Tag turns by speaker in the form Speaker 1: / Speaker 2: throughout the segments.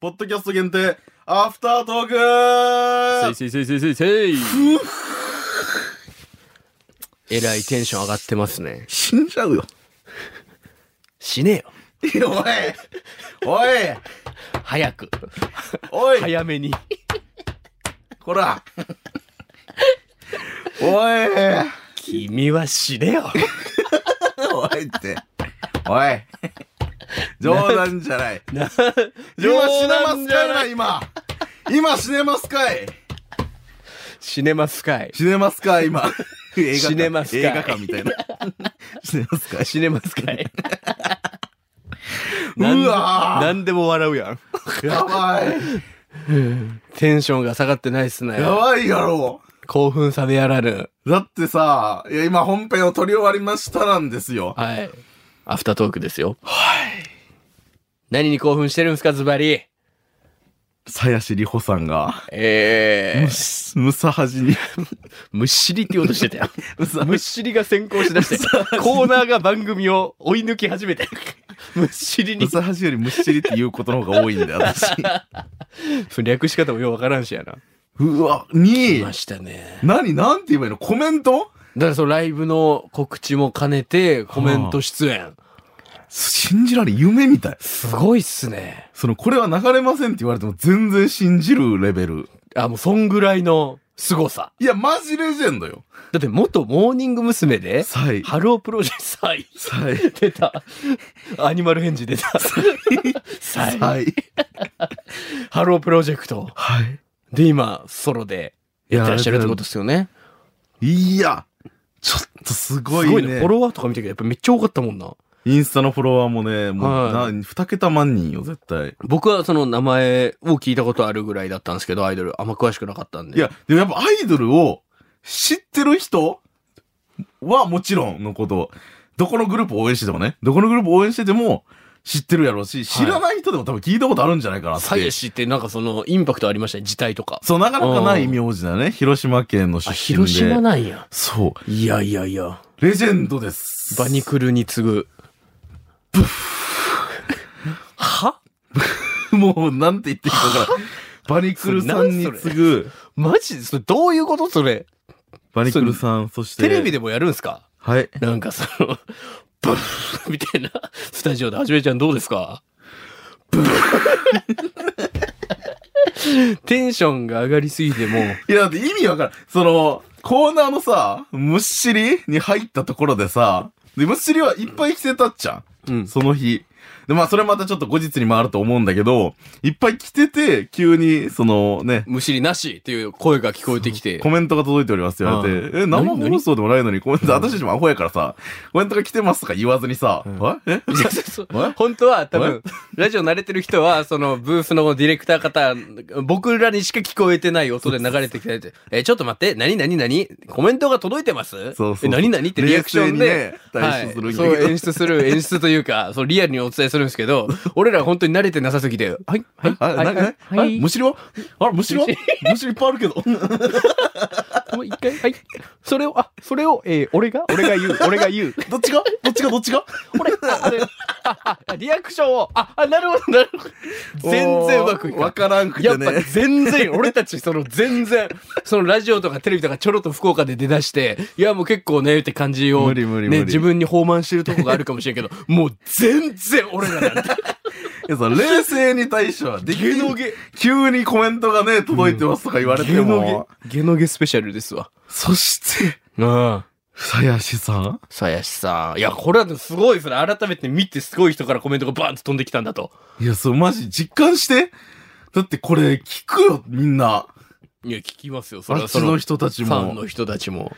Speaker 1: ポッドキャスト限定、アフタートークー
Speaker 2: せいせいせいせいせいせい。えらいテンション上がってますね。
Speaker 1: 死んじゃうよ。
Speaker 2: 死ねよ。
Speaker 1: いやおい
Speaker 2: 早く。
Speaker 1: おいおい
Speaker 2: 早めに。
Speaker 1: こらおい
Speaker 2: 君は死ねよ。
Speaker 1: おいって。おい冗談じゃない。
Speaker 2: な
Speaker 1: 今死ねますかいな、
Speaker 2: い。
Speaker 1: 今今死ねますかい
Speaker 2: 死ねますかい。
Speaker 1: 死ねますか今。映
Speaker 2: 死ねますかい
Speaker 1: 映画館みたいな。死ねますかい
Speaker 2: 死ねますかい。
Speaker 1: うわ
Speaker 2: なんでも笑うやん。
Speaker 1: ーやばい
Speaker 2: テンションが下がってないっすね。
Speaker 1: やばいやろ
Speaker 2: 興奮さでやらぬ。
Speaker 1: だってさ、いや今本編を撮り終わりましたなんですよ。
Speaker 2: はい。アフタートークですよ。はい。何に興奮してるんですか、ズバリ。
Speaker 1: 鞘師里穂さんが、
Speaker 2: ええ
Speaker 1: むしむさはじに、
Speaker 2: むっしりって言おうとしてたよ。
Speaker 1: むさ
Speaker 2: むっしりが先行しだして、コーナーが番組を追い抜き始めて、むっしりに
Speaker 1: む。さはじよりむっしりって言うことの方が多いんだよ、私。
Speaker 2: 略し方もようわからんしやな。
Speaker 1: うわ、に、
Speaker 2: したね。
Speaker 1: 何なんて言えばいいのコメント
Speaker 2: だからそのライブの告知も兼ねて、コメント出演。
Speaker 1: 信じられん、夢みたい。
Speaker 2: すごいっすね。
Speaker 1: その、これは流れませんって言われても全然信じるレベル。
Speaker 2: あ、もうそんぐらいの凄さ。
Speaker 1: いや、マジレジェンドよ。
Speaker 2: だって元モーニング娘。で、
Speaker 1: サイ。
Speaker 2: ハロープロジェクトはい
Speaker 1: サイ。
Speaker 2: 出た。アニマル返事出た。さ
Speaker 1: サイ。
Speaker 2: ハロープロジェクト。
Speaker 1: はい。
Speaker 2: で、今、ソロでやってらっしゃるってことですよね。
Speaker 1: いや、ちょっとすごいね。
Speaker 2: フォロワーとか見たけど、やっぱめっちゃ多かったもんな。
Speaker 1: インスタのフォロワーもね、もう、
Speaker 2: は
Speaker 1: な二桁万人よ、絶対。
Speaker 2: 僕はその名前を聞いたことあるぐらいだったんですけど、アイドルあんま詳しくなかったんで。
Speaker 1: いや、でもやっぱアイドルを知ってる人はもちろんのこと、どこのグループを応援しててもね、どこのグループを応援してても知ってるやろうし、知らない人でも多分聞いたことあるんじゃないかなって。
Speaker 2: サイシってなんかそのインパクトありましたね、字体とか。
Speaker 1: そう、なかなかない名字だね。広島県の出
Speaker 2: あ、
Speaker 1: 身で。
Speaker 2: 広島なんや。
Speaker 1: そう。
Speaker 2: いやいやいや。
Speaker 1: レジェンドです。
Speaker 2: バニクルに次ぐ。は
Speaker 1: もう、なんて言ってきたから。バニクルさんに次ぐ、
Speaker 2: マジそれどういうことそれ。
Speaker 1: バニクルさん、そして。
Speaker 2: テレビ
Speaker 1: で。
Speaker 2: でもやるんすか
Speaker 1: はい。
Speaker 2: なんかその、ブーみたいな、スタジオで、はじめちゃんどうですかブーテンションが上がりすぎてもう、
Speaker 1: いや、だって意味わからん。その、コーナーのさ、むっしりに入ったところでさ、でむっしりはいっぱい着せたっちゃん。
Speaker 2: うん
Speaker 1: その日。で、まあ、それまたちょっと後日に回ると思うんだけど、いっぱい着てて、急に、そのね、
Speaker 2: むしりなしっていう声が聞こえてきて
Speaker 1: コ、メントが届いておりますって言われて、え、生
Speaker 2: 何何
Speaker 1: 放送でもないのにコメント、私たちもアホやからさ、コメントが来てますとか言わずにさ、ええ
Speaker 2: そうそうそう
Speaker 1: え
Speaker 2: 本当は多分、ラジオ慣れてる人は、そのブースのディレクター方、僕らにしか聞こえてない音で流れてきてて、え、ちょっと待って、何何何コメントが届いてます
Speaker 1: そうそう
Speaker 2: え何何ってリアクションで、
Speaker 1: 冷静にね対処するんだけど
Speaker 2: はいそう演出する、演出というか、そうリアルにお伝えするんです けど、俺ら本当に慣れてなさすぎて、はい、はい、
Speaker 1: あ、
Speaker 2: は
Speaker 1: なん
Speaker 2: い、
Speaker 1: か
Speaker 2: はい
Speaker 1: ね、あれ、むしりはあれ、むしりは
Speaker 2: む
Speaker 1: むしりいっぱいあるけど。
Speaker 2: もう一回、はい。それを、あ、それを、えー俺が俺が 言う、俺が言う。
Speaker 1: どっちがどっちがどっちが
Speaker 2: 俺、あ、あれああ、リアクションを、あ、あ、なるほど、なるほど。 全然うまくいかん
Speaker 1: わからんく
Speaker 2: や
Speaker 1: て
Speaker 2: っぱ
Speaker 1: ね。
Speaker 2: 全 然、俺たちその全然、そのラジオとかテレビとかちょろっと福岡で出だして、いやもう結構ね、って感じを、
Speaker 1: 無理無理無理
Speaker 2: ね、自分に放慢してるとこがあるかもしれんけど、 もう全然俺らなんて。
Speaker 1: いやその冷静に対処はでき
Speaker 2: ゲノゲ。
Speaker 1: 急にコメントがね、届いてますとか言われて
Speaker 2: ゲノ
Speaker 1: も。
Speaker 2: ゲ、ゲノゲスペシャルですわ。
Speaker 1: そして、
Speaker 2: うん。
Speaker 1: さやしさん
Speaker 2: さやしさん。いや、これはすごいですね。改めて見てすごい人からコメントがバーンと飛んできたんだと。
Speaker 1: いや、そう、マジ実感して。だってこれ聞くよ、みんな。
Speaker 2: いや、聞きますよ。そ
Speaker 1: あ
Speaker 2: れ
Speaker 1: っ
Speaker 2: は
Speaker 1: ち
Speaker 2: その
Speaker 1: の
Speaker 2: フ
Speaker 1: 人たち
Speaker 2: ァンの
Speaker 1: も。
Speaker 2: 人たちも。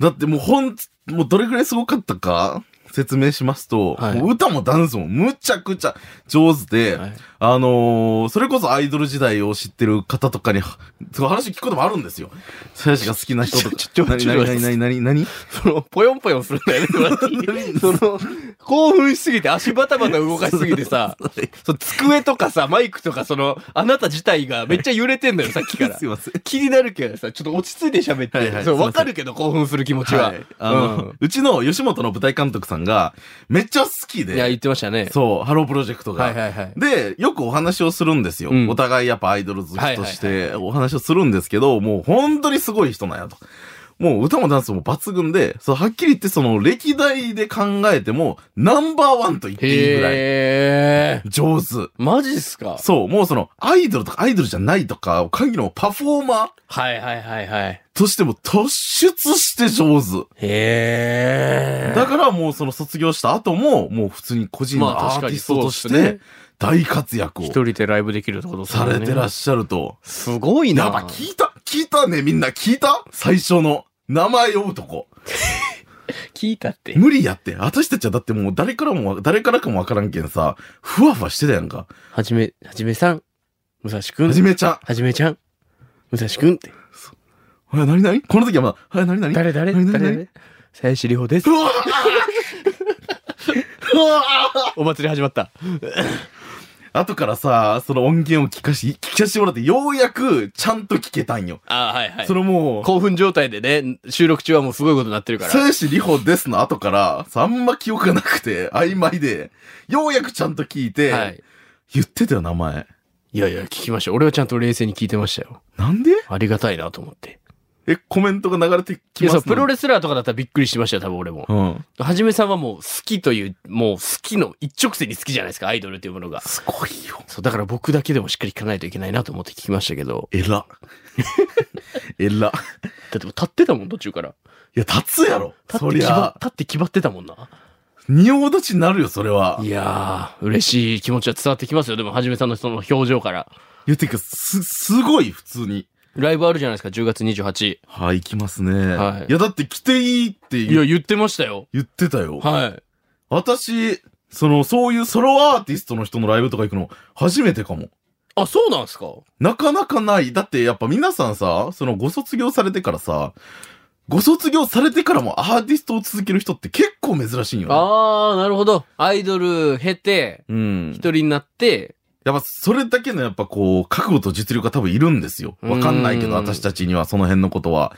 Speaker 1: だってもうほん、もうどれくらいすごかったか説明しますと、
Speaker 2: はい
Speaker 1: もう歌もダンスもむちゃくちゃ上手で、
Speaker 2: はい
Speaker 1: あのーそれこそアイドル時代を知ってる方とかに、そう話聞くこともあるんですよ。さやしが好きな人とか。
Speaker 2: ちょちょちょ
Speaker 1: 何、何、何、何、何、何
Speaker 2: その、ぽよんぽよんするんだよね。その、興奮しすぎて足バタバタ動かしすぎてさ、そう机とかさ、マイクとかその、あなた自体がめっちゃ揺れてんだよ、 さっきから
Speaker 1: すい。ません。
Speaker 2: 気になるけどさ、ちょっと落ち着いて喋って。
Speaker 1: はいはい
Speaker 2: そ
Speaker 1: すいませ
Speaker 2: う
Speaker 1: ん
Speaker 2: わかるけど興奮する気持ちは。
Speaker 1: はいあの、うちの吉本の舞台監督さんが、めっちゃ好き
Speaker 2: うん。いや、
Speaker 1: で、
Speaker 2: 言ってましたね。
Speaker 1: そう、ハロープロジェクトが。
Speaker 2: はいはいはい。
Speaker 1: で、よくお話をするんですよ。
Speaker 2: うん
Speaker 1: お互いやっぱアイドル好きとし
Speaker 2: はい
Speaker 1: てお話をするんですけど、もう本当にすごい人なんやと。もう歌もダンスも抜群で、そうはっきり言ってその歴代で考えてもナンバーワンと言っていいぐらい
Speaker 2: へえ。
Speaker 1: 上手。
Speaker 2: マジっすか
Speaker 1: そう、もうそのアイドルとかアイドルじゃないとかを限りのパフォーマー
Speaker 2: はいはいはいはい。
Speaker 1: としても突出して上手。
Speaker 2: へえ。
Speaker 1: だからもうその卒業した後も、もう普通に個人の
Speaker 2: まあ
Speaker 1: アー
Speaker 2: 確
Speaker 1: テ
Speaker 2: か
Speaker 1: ィ
Speaker 2: に
Speaker 1: スト
Speaker 2: そう
Speaker 1: と
Speaker 2: っ
Speaker 1: し
Speaker 2: すね
Speaker 1: て大活躍を
Speaker 2: 一人でライブできるってこと
Speaker 1: されてらっ
Speaker 2: ゃ
Speaker 1: しゃると。
Speaker 2: すごいな。
Speaker 1: やば、聞いた聞いたね、みんな聞いた最初の。名前呼ぶとこ。
Speaker 2: 聞いたって。
Speaker 1: 無理やって。私たちはだってもう誰からも、誰からかもわからんけんさ、ふわふわしてたやんか。
Speaker 2: はじめ、はじめさん。むさしくん。
Speaker 1: はじめちゃん。
Speaker 2: はじめちゃん。むさしくんって。
Speaker 1: あれ、なになにこの時はまだ、あれ、なになに
Speaker 2: 誰誰
Speaker 1: 何
Speaker 2: 誰
Speaker 1: 々
Speaker 2: 誰林里穂です
Speaker 1: う。わーうわー
Speaker 2: お祭り始まった。
Speaker 1: 後からさ、その音源を聞かし、聞かしてもらって、ようやくちゃんと聞けたんよ。
Speaker 2: あはいはい
Speaker 1: そ。れもう、
Speaker 2: 興奮状態でね、収録中はもうすごいことになってるから。
Speaker 1: 生死リホですの後から、あんま記憶がなくて、曖昧で、ようやくちゃんと聞いて、
Speaker 2: はい。
Speaker 1: 言ってたよ、名前。
Speaker 2: いやいや、聞きました。俺はちゃんと冷静に聞いてましたよ。
Speaker 1: なんで
Speaker 2: ありがたいなと思って。
Speaker 1: え、コメントが流れてき
Speaker 2: いや、
Speaker 1: ます
Speaker 2: そ
Speaker 1: の
Speaker 2: う、プロレスラーとかだったらびっくりしてましたよ、多分俺も。
Speaker 1: うん。
Speaker 2: はじめさんはもう好きという、もう好きの、一直線に好きじゃないですか、アイドルというものが。
Speaker 1: すごいよ。
Speaker 2: そう、だから僕だけでもしっかり聞かないといけないなと思って聞きましたけど。
Speaker 1: え ら。えら。
Speaker 2: だってもう立ってたもん、途中から。
Speaker 1: いや、立つやろ。
Speaker 2: 立
Speaker 1: そ
Speaker 2: って
Speaker 1: り
Speaker 2: 決ま
Speaker 1: ゃ、、
Speaker 2: 立って決まってたもんな。
Speaker 1: 仁王立ちになるよ、それは。
Speaker 2: いやー、嬉しい気持ちは伝わってきますよ。でも、はじめさんのその表情から。
Speaker 1: いや、てか、す、すごい、普通に。
Speaker 2: ライブあるじゃないですか、10月28。
Speaker 1: はい、行きますね。
Speaker 2: はい
Speaker 1: いや、だって来ていいって
Speaker 2: い
Speaker 1: 言
Speaker 2: や、言ってましたよ。
Speaker 1: 言ってたよ。
Speaker 2: はい。
Speaker 1: 私、その、そういうソロアーティストの人のライブとか行くの、初めてかも。
Speaker 2: あ、そうなんすか
Speaker 1: なかなかない。だってやっぱ皆さんさ、そのご卒業されてからさ、ご卒業されてからもアーティストを続ける人って結構珍しいんよ、ね。
Speaker 2: あー、なるほど。アイドル経て、
Speaker 1: うん
Speaker 2: 一。人になって、
Speaker 1: やっぱそれだけのやっぱこう、覚悟と実力が多分いるんですよ。わかんないけど、
Speaker 2: うん
Speaker 1: 私たちにはその辺のことは。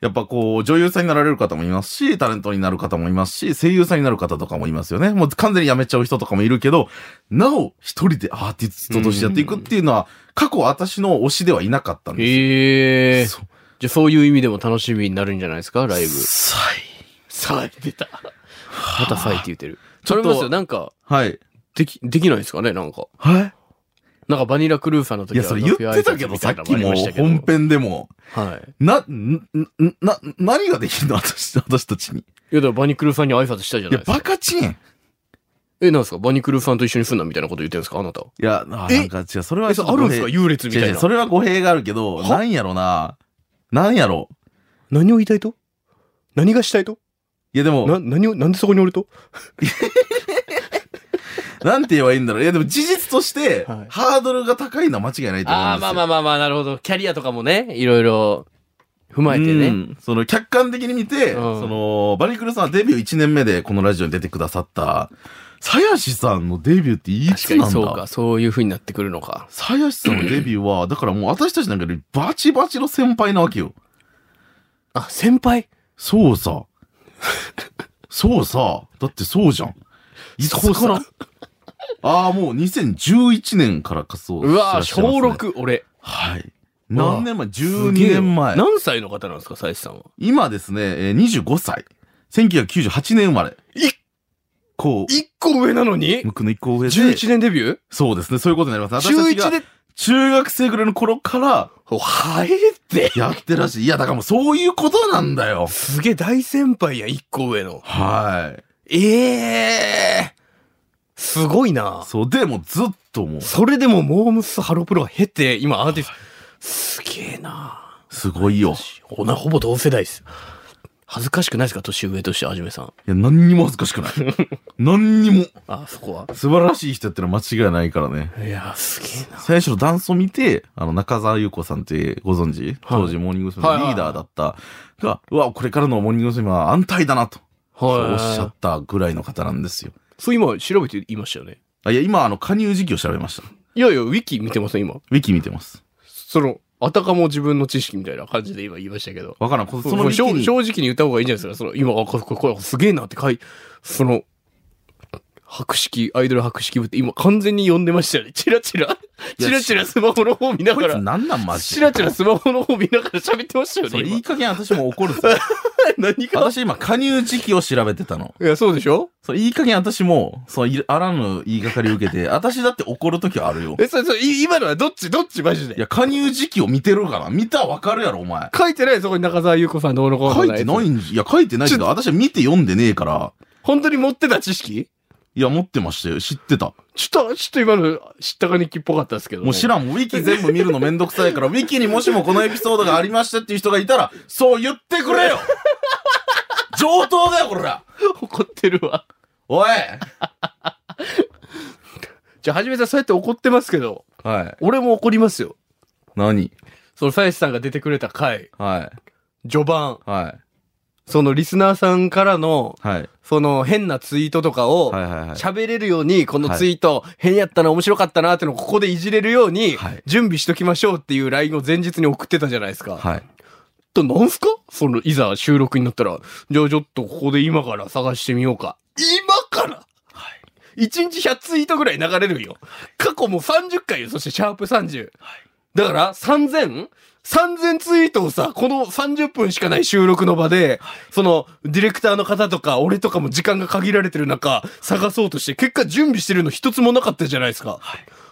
Speaker 1: やっぱこう、女優さんになられる方もいますし、タレントになる方もいますし、声優さんになる方とかもいますよね。もう完全に辞めちゃう人とかもいるけど、なお一人でアーティストとしてやっていくっていうのは、過去私の推しではいなかったんですよ。
Speaker 2: ええ
Speaker 1: そう
Speaker 2: じゃあそういう意味でも楽しみになるんじゃないですかライブ。
Speaker 1: さ
Speaker 2: さあ、出た。またさいって言ってる。
Speaker 1: ち
Speaker 2: ち
Speaker 1: ょ
Speaker 2: ょ
Speaker 1: っ
Speaker 2: っ
Speaker 1: と
Speaker 2: と、なんか、
Speaker 1: あはい。
Speaker 2: でき、できないですかねなんか。
Speaker 1: はい
Speaker 2: なんかバニラクルーファーの時
Speaker 1: いや、
Speaker 2: は
Speaker 1: それ言ってたけど、さっきも本。編でも。
Speaker 2: はい。
Speaker 1: な、ん、ん、な、何ができるの私、私たちに。
Speaker 2: いや、だからバニクルーファーに挨拶したじゃ
Speaker 1: い
Speaker 2: な
Speaker 1: や
Speaker 2: いで、す
Speaker 1: バ
Speaker 2: か。
Speaker 1: カチン。い
Speaker 2: え、なんですかバニクルーファーと一緒にすんなみたいなこと言ってるんですかあなた。
Speaker 1: や、な
Speaker 2: え
Speaker 1: なんか違う、それは
Speaker 2: え、
Speaker 1: ちょ
Speaker 2: そ
Speaker 1: っ
Speaker 2: う
Speaker 1: と
Speaker 2: あるん
Speaker 1: 語
Speaker 2: です
Speaker 1: 弊
Speaker 2: か優劣みた
Speaker 1: 違う違
Speaker 2: いうな。
Speaker 1: それは語弊があるけど、
Speaker 2: は
Speaker 1: なんやろな。なんやろ。
Speaker 2: 何を言いたいと何がしたいと
Speaker 1: いや、でも、
Speaker 2: な、何を、なんでそこにおると
Speaker 1: なんて言えばいいんだろう。いや、でも事実として
Speaker 2: はい、
Speaker 1: ハードルが高いのは間違いないと思うん
Speaker 2: あ
Speaker 1: ですよ。
Speaker 2: あ、まあまあまあまあ、なるほど。キャリアとかもね、いろいろ踏まえて
Speaker 1: う
Speaker 2: ね。
Speaker 1: んその客観的に見て、
Speaker 2: うん
Speaker 1: そのバリクルさんはデビュー1年目でこのラジオに出てくださった、さやしさんのデビューってい
Speaker 2: 確
Speaker 1: つ
Speaker 2: か
Speaker 1: な
Speaker 2: に
Speaker 1: ん
Speaker 2: そう
Speaker 1: だ
Speaker 2: か、そういう風になってくるのか。
Speaker 1: さやしさんのデビューは、だからもう私たちなんかよりバチバチの先輩なわけよ。
Speaker 2: あ、先輩
Speaker 1: そうさ。そうさ。だってそうじゃん。いつ
Speaker 2: そう
Speaker 1: か
Speaker 2: さ
Speaker 1: らああ、もう2011年からかそう
Speaker 2: わー、
Speaker 1: してらっしゃ
Speaker 2: 小
Speaker 1: いますね。
Speaker 2: 6、俺。
Speaker 1: はい。
Speaker 2: うわ
Speaker 1: 何年前 ?12 年前。
Speaker 2: 何歳の方なんですか、サイスさんは。
Speaker 1: 今ですね、えー25歳。1998年生まれ。
Speaker 2: い
Speaker 1: こう、
Speaker 2: 1個上なのに
Speaker 1: 僕の一個上で。
Speaker 2: ?11 年デビュー
Speaker 1: そうですね、そういうことになります。私た
Speaker 2: ?11
Speaker 1: ちが
Speaker 2: 年
Speaker 1: 中学生ぐらいの頃から
Speaker 2: はえって。
Speaker 1: やってるらしい。いや、だからもうそういうことなんだよ。
Speaker 2: すげえ大先輩や、1個上の。
Speaker 1: はい。
Speaker 2: ええー、すごいな。
Speaker 1: そう、でもうずっともう、
Speaker 2: それでもモームスハロプロを経て、今アーティスト、すげえな。
Speaker 1: すごいよ。
Speaker 2: ほな、ほぼ同世代です。恥ずかしくないですか年上として、はじめさん。
Speaker 1: いや、何にも恥ずかしくない。 何にも。
Speaker 2: あ、そこは。
Speaker 1: 素晴らしい人やってのは間違いないからね。
Speaker 2: いやー、すげえな。
Speaker 1: 最初のダンスを見て、あの、中澤優子さんってご存知当時モーニング娘。の
Speaker 2: はい
Speaker 1: リ
Speaker 2: はい
Speaker 1: ーダーだったが、うわ、これからのモーニング娘。は安泰だなと、そうおっしゃったぐらいの方なんですよ。
Speaker 2: そう今調べて言いましたよね。
Speaker 1: あいや、今、あの、加入時期を調べました。
Speaker 2: いやいや、ウィキ見てません、今。
Speaker 1: ウィキ見てます。
Speaker 2: その、あたかも自分の知識みたいな感じで今言いましたけど。
Speaker 1: わからん。こそ
Speaker 2: そ
Speaker 1: の
Speaker 2: の
Speaker 1: ウィキ
Speaker 2: 正
Speaker 1: に、
Speaker 2: 正直に言った方がいいんじゃないですか。その、今、あ、こここれすげえなって書い、その、白色、アイドル白色部って今完全に読んでましたよね。チラチラ、
Speaker 1: や
Speaker 2: チラチラスマホの方見な
Speaker 1: こ
Speaker 2: が
Speaker 1: いつ
Speaker 2: ら、
Speaker 1: なんなんマジ
Speaker 2: チ
Speaker 1: で。
Speaker 2: ラチラスマホの方見ながら喋ってましたよ
Speaker 1: そ
Speaker 2: ね
Speaker 1: れ、い
Speaker 2: 今
Speaker 1: い。加減私も怒るぞ。
Speaker 2: 何が
Speaker 1: 私今、加入時期を調べてたの。
Speaker 2: いや、そうでしょ
Speaker 1: そう、いい加減私も、そう、いあらぬ言いがかりを受けて、私だって怒るときはあるよ。
Speaker 2: え、それ、それ、い今のはどっちどっちマジ
Speaker 1: い
Speaker 2: で。
Speaker 1: や、加入時期を見てるから、見たらわかるやろ、お前。
Speaker 2: 書いてないそこに中澤優子さんどうのこうの
Speaker 1: 書いてないいんじ、いや、書いてないけど、私は見て読んでねえから、
Speaker 2: 本当に持ってた知識
Speaker 1: いや、持ってましたよ。知ってた。
Speaker 2: ちょっと、ちょっと今の知ったか日記っぽかったですけど。
Speaker 1: もう知ら ん。ウィキ全部見るのめんどくさいから、ウィキにもしもこのエピソードがありましたっていう人がいたら、そう言ってくれ よ上等だよ、これら
Speaker 2: 怒ってるわ。
Speaker 1: おい
Speaker 2: じゃあ、はじめさんそうやって怒ってますけど、
Speaker 1: はい。
Speaker 2: 俺も怒りますよ。
Speaker 1: 何
Speaker 2: その、サイスさんが出てくれた回、
Speaker 1: はい。
Speaker 2: 序盤、
Speaker 1: はい。
Speaker 2: そのリスナーさんからの、
Speaker 1: はい。
Speaker 2: その変なツイートとかを、
Speaker 1: はいはいはい。
Speaker 2: 喋れるように、このツイート、変やったな、面白かったな、ってのをここでいじれるように
Speaker 1: はい、
Speaker 2: 準備しときましょうっていう LINE を前日に送ってたじゃないですか。
Speaker 1: はい。
Speaker 2: と、なんすかその、いざ収録になったら、じゃあちょっとここで今から探してみようか。今からはい。1日100ツイートぐらい流れるんよ。過去もう30回よ。そして、シャープ30。
Speaker 1: はい
Speaker 2: だから、3000、3000ツイートをさ、この30分しかない収録の場で、その、ディレクターの方とか、俺とかも時間が限られてる中、探そうとして、結果準備してるの一つもなかったじゃないですか。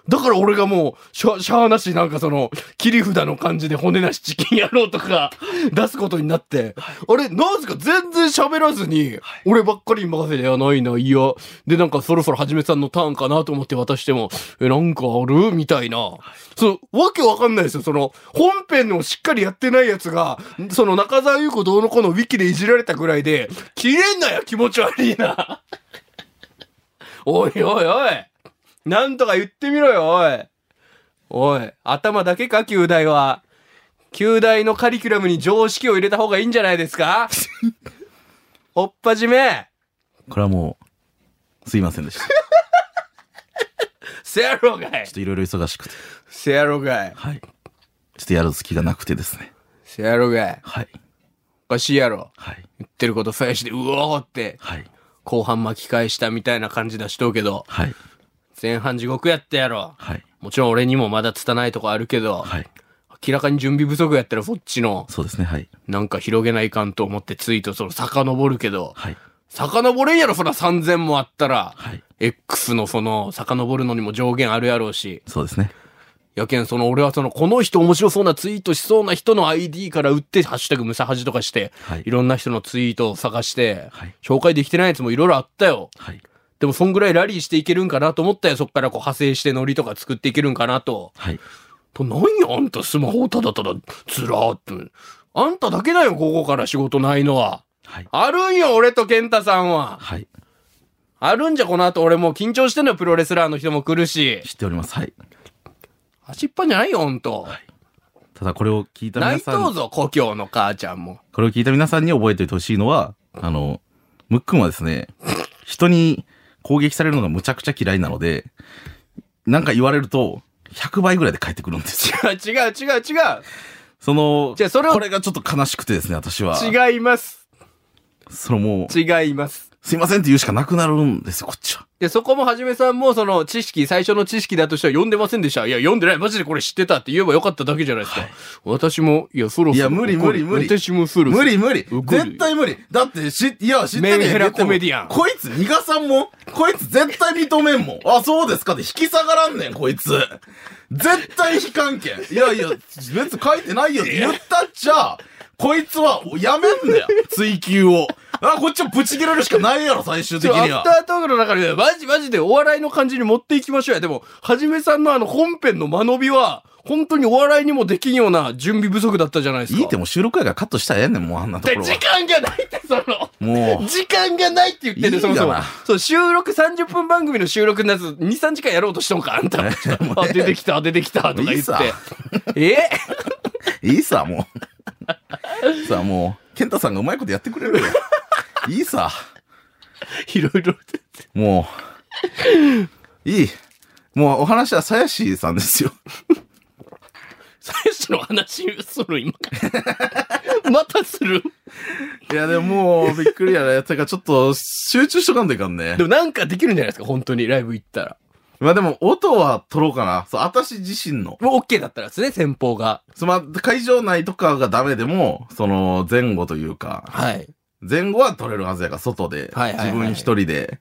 Speaker 2: だから俺がもう、しゃ、しゃーなし、なんかその、切り札の感じで骨なしチキン野郎とか、出すことになって、あれ、なぜか全然喋らずに、俺ばっかりに任せて、いや、ないな、いや、で、なんかそろそろはじめさんのターンかなと思って渡しても、え、なんかあるみたいな。そう、わけわかんないですよ。その、本編をしっかりやってないやつが、その中澤優子どうのこうのウィキでいじられたぐらいで、切れんなよ、気持ち悪いな。おいおいおい。なんとか言ってみろよ、おい。おい、頭だけか、旧大は。旧大のカリキュラムに常識を入れた方がいいんじゃないです かおっぱじめ、
Speaker 1: これはもう、すいませんでした。ちょ
Speaker 2: せやろうがい
Speaker 1: っ。といろいろ忙しくて。
Speaker 2: せやろうがい。
Speaker 1: はい。ちょっとやる隙がなくてですね。
Speaker 2: せやろうがい。
Speaker 1: はい。
Speaker 2: おかしいやろ。
Speaker 1: はい。
Speaker 2: 言ってることさやしで、うおーって、
Speaker 1: はい。
Speaker 2: 後半巻き返したみたいな感じ出しとうけど、
Speaker 1: はい。
Speaker 2: 前半地獄やったやろ。
Speaker 1: はい。
Speaker 2: もちろん俺にもまだ拙いとこあるけど、
Speaker 1: はい。
Speaker 2: 明らかに準備不足やったらそっちの、
Speaker 1: そうですね。はい。
Speaker 2: なんか広げないかんと思ってツイートその遡るけど、
Speaker 1: はい。
Speaker 2: 遡れんやろ、そら3000もあったら。
Speaker 1: はい。
Speaker 2: X のその、遡るのにも上限あるやろうし。
Speaker 1: そうですね。
Speaker 2: やけん、その俺はその、この人面白そうなツイートしそうな人の ID から売って、ハッシュタグムサハジとかして、
Speaker 1: はい
Speaker 2: いろんな人のツイートを探して、
Speaker 1: はい
Speaker 2: 紹介できてないやつもいろいろあったよ。
Speaker 1: はい。
Speaker 2: でもそんぐらいラリーしていけるんかなと思ったよ。そっからこう派生してノリとか作っていけるんかなと。
Speaker 1: はい。
Speaker 2: と、なんやあんたスマホをただただずらーっと。あんただけだよ、午後から仕事ないのは。
Speaker 1: はい。
Speaker 2: あるんよ、俺と健太さんは。
Speaker 1: はい。
Speaker 2: あるんじゃ、この後俺もう緊張してんのよ、プロレスラーの人も来るし。
Speaker 1: 知っております。はい。
Speaker 2: 足っぱんじゃないよ、ほんと。
Speaker 1: ただこれを聞いた皆
Speaker 2: 泣い
Speaker 1: さん
Speaker 2: とう、ぞ、故郷の母ちゃんも。
Speaker 1: これを聞いた皆さんに覚えておいてほしいのは、あの、ムックンはですね、人に攻撃されるのがむちゃくちゃ嫌いなので、なんか言われると、100倍ぐらいで返ってくるんですよ。
Speaker 2: 違う違う違う
Speaker 1: その、
Speaker 2: じゃあそれを
Speaker 1: これがちょっと悲しくてですね、私は。
Speaker 2: 違う。違います。
Speaker 1: そのもう、
Speaker 2: 違います。
Speaker 1: すいませんって言うしかなくなるんですよ、こっちは。
Speaker 2: で、そこもはじめさんも、その、知識、最初の知識だとしては読んでませんでした。いや、読んでない。マジでこれ知ってたって言えばよかっただけじゃないですか。私も、いや、そろ
Speaker 1: い
Speaker 2: そろ。
Speaker 1: や無理無理無理
Speaker 2: 私もそろそろ
Speaker 1: 無理無理
Speaker 2: う。ぐる
Speaker 1: 絶対無理。だって、し、いや、知ってね
Speaker 2: メン
Speaker 1: え
Speaker 2: ヘラコメディアン
Speaker 1: こいつ、逃がさんもんこいつ絶対認めんもん。あ、そうですかって引き下がらんねん、こいつ。絶対非関係。いやいや、別に書いてないよって言ったっちゃ、こいつはやめんだよ、追求を。あ、こっちはブチ切れるしかないやろ、最終
Speaker 2: ち
Speaker 1: 的
Speaker 2: ょア
Speaker 1: に
Speaker 2: フ
Speaker 1: は
Speaker 2: タ。ートークの中で、マジマジでお笑いの感じに持っていきましょうや。でも、はじめさんのあの本編の間延びは、本当にお笑いにもできんような準備不足だったじゃないですか。
Speaker 1: いいってもう収録やからカットしたらええねん、もうあんなとこ
Speaker 2: で
Speaker 1: ろ
Speaker 2: 時
Speaker 1: は。
Speaker 2: 間がないって、その。
Speaker 1: もう、
Speaker 2: 時間がないって言って
Speaker 1: いい
Speaker 2: る、
Speaker 1: んだ
Speaker 2: そもそも
Speaker 1: な。
Speaker 2: そう、収録30分番組の収録のやつ、2、3時間やろうとしとんか、あんた。 あ、出てきた、出てきた、とか
Speaker 1: い
Speaker 2: 言
Speaker 1: い
Speaker 2: って
Speaker 1: さ。
Speaker 2: え
Speaker 1: いいさ、もう。さあ、もう、健太さんがうまいことやってくれるよ。いいさ。
Speaker 2: いろいろ。
Speaker 1: もう、いい。もうお話はさやしさんですよ。
Speaker 2: 最初の話する今 からまたする
Speaker 1: いや、でももう、びっくりやね。てか、ちょっと、集中しとかんといかんね
Speaker 2: で。もなんかできるんじゃないですか本当にライブ行ったら
Speaker 1: まあでも、音は取ろうかな。そう、私自身の。
Speaker 2: もう OK だったらですね先方が
Speaker 1: つま、会場内とかがダメでも、その、前後というか、
Speaker 2: はい
Speaker 1: 前後は取れるはずやから、外で、
Speaker 2: はいはいはい
Speaker 1: 自分一人で、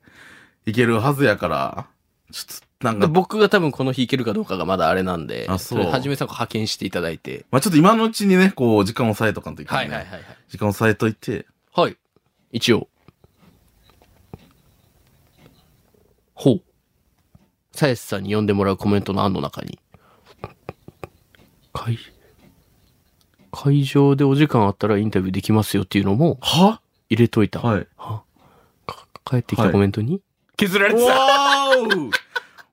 Speaker 1: 行けるはずやから、ちょっと、なんか、
Speaker 2: 僕が多分この日行けるかどうかがまだあれなんで
Speaker 1: あそう
Speaker 2: れはじめさんこう派遣していただいて
Speaker 1: まあちょっと今のうちにね、こう、時間を抑えとかんといかん
Speaker 2: は
Speaker 1: ね。
Speaker 2: いはいはいはい
Speaker 1: 時間を抑えといて、
Speaker 2: はい一応ほうさやしさんに読んでもらうコメントの案の中に会会場でお時間あったらインタビューできますよっていうのも
Speaker 1: は
Speaker 2: 入れといた、
Speaker 1: はい。
Speaker 2: はか帰ってき
Speaker 1: は
Speaker 2: た
Speaker 1: い
Speaker 2: コメントに、削られ
Speaker 1: わー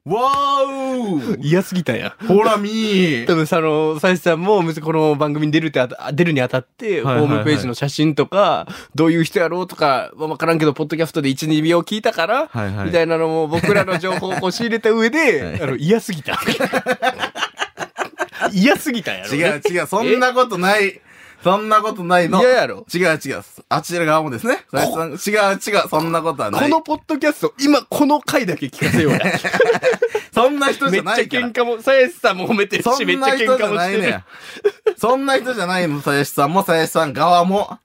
Speaker 1: おわー
Speaker 2: 嫌すぎたんや
Speaker 1: おほらみー
Speaker 2: 多分その、さやしさんも、別にこの番組に出るってあた、出るにあたって、ホ
Speaker 1: はいはいはい
Speaker 2: ームページの写真とか、どういう人やろうとか、まあわからんけど、ポッドキャストで1、2秒聞いたから、
Speaker 1: はいはい
Speaker 2: みたいなのも僕らの情報をこう仕入れた上で、
Speaker 1: はい
Speaker 2: あの、嫌すぎ た。嫌すぎたやろ、ね。
Speaker 1: 違う違う、そんなことない。そんなことないの。
Speaker 2: 嫌やろ。
Speaker 1: 違う違う。あちら側もですね。佐々木さん違う違う、そんなことはな
Speaker 2: こ
Speaker 1: い。
Speaker 2: のポッドキャスト、今この回だけ聞かせようや。
Speaker 1: そんな 人
Speaker 2: め
Speaker 1: じ
Speaker 2: っ
Speaker 1: ゃ
Speaker 2: ちゃ
Speaker 1: ないから
Speaker 2: 喧。嘩も、さやしさんも褒めてる
Speaker 1: そ
Speaker 2: し、めっ
Speaker 1: ん
Speaker 2: ちゃ
Speaker 1: な
Speaker 2: 喧
Speaker 1: 人じ
Speaker 2: 嘩
Speaker 1: ゃ
Speaker 2: も
Speaker 1: な
Speaker 2: し
Speaker 1: い
Speaker 2: て
Speaker 1: ね
Speaker 2: る
Speaker 1: や。そんな人じゃないの、さやしさんも、さやしさん側も。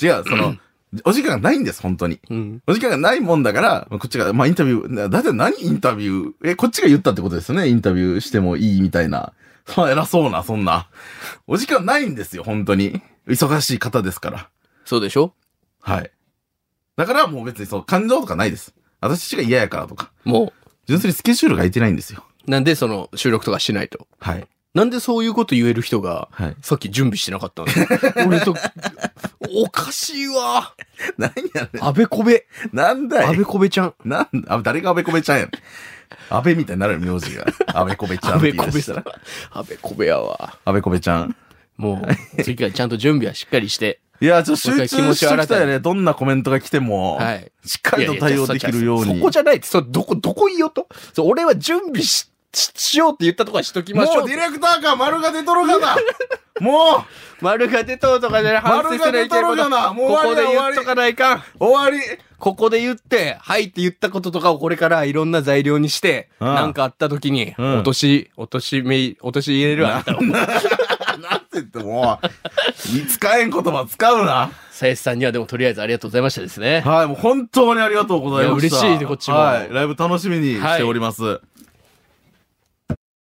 Speaker 1: 違う、その、お時間がないんです、本当に。
Speaker 2: うん。
Speaker 1: お時間がないもんだから、こっちが、まあインタビュー、だいたい何インタビューえ、こっちが言ったってことですよねインタビューしてもいいみたいな。 そんな偉そうな、そんな。お時間ないんですよ、本当に。忙しい方ですから。
Speaker 2: そうでしょ
Speaker 1: はい。だからもう別にそう、感情とかないです。私が嫌やからとか。
Speaker 2: も
Speaker 1: 純粋にスケジュールが空いてないんですよ。
Speaker 2: う、なんでその、収録とかしないと。
Speaker 1: はい。
Speaker 2: なんでそういうこと言える人が、
Speaker 1: はい。
Speaker 2: さっき準備してなかったの 俺と、おかしいわ。
Speaker 1: 何やね
Speaker 2: あべこべ。
Speaker 1: ん。なんだ
Speaker 2: あ
Speaker 1: い
Speaker 2: べ。こべちゃん。
Speaker 1: なんだ、あ誰が安倍こべちゃんやねん。安倍みたいになるよ名字が。安倍こべちゃん
Speaker 2: あ
Speaker 1: って
Speaker 2: べ
Speaker 1: 言
Speaker 2: こ
Speaker 1: い出
Speaker 2: べ
Speaker 1: した
Speaker 2: さん
Speaker 1: ら。。
Speaker 2: あべこべやわ。
Speaker 1: 安倍こべちゃん。
Speaker 2: もう、次からちゃんと準備はしっかりして。
Speaker 1: いや、ちょっと
Speaker 2: もう
Speaker 1: 集
Speaker 2: 一回気
Speaker 1: 中
Speaker 2: 持
Speaker 1: し
Speaker 2: ち
Speaker 1: と
Speaker 2: を
Speaker 1: きた
Speaker 2: 新た
Speaker 1: い
Speaker 2: に
Speaker 1: ね。どんなコメントが来ても、
Speaker 2: はい。
Speaker 1: しっかりと対応できるよう
Speaker 2: いやいや
Speaker 1: に。
Speaker 2: そこじゃないって、そ、どこ、どこいよと。そう俺は準備し、ししようって言ったとこはしときましょう。
Speaker 1: もうディレクターか丸が出とるか なも
Speaker 2: 丸が出とうとかじゃない、反省すりゃいけない
Speaker 1: 丸が出と
Speaker 2: こと
Speaker 1: るがなもう
Speaker 2: ここ
Speaker 1: 終わり
Speaker 2: で
Speaker 1: だ
Speaker 2: 言っとかないかん。
Speaker 1: う終わり
Speaker 2: ここで言って、はいって言ったこととかをこれからいろんな材料にして、
Speaker 1: うん
Speaker 2: なんかあった時に、
Speaker 1: うん
Speaker 2: 落とし、落としめ、落とし入れるわ、あなたを。
Speaker 1: なんて言ってもう、使えん言葉使うな。
Speaker 2: さやしさんにはでもとりあえずありがとうございましたですね。
Speaker 1: はい、もう本当にありがとうございました。
Speaker 2: いや嬉しいねこっちも
Speaker 1: はい、ライブ楽しみにしております。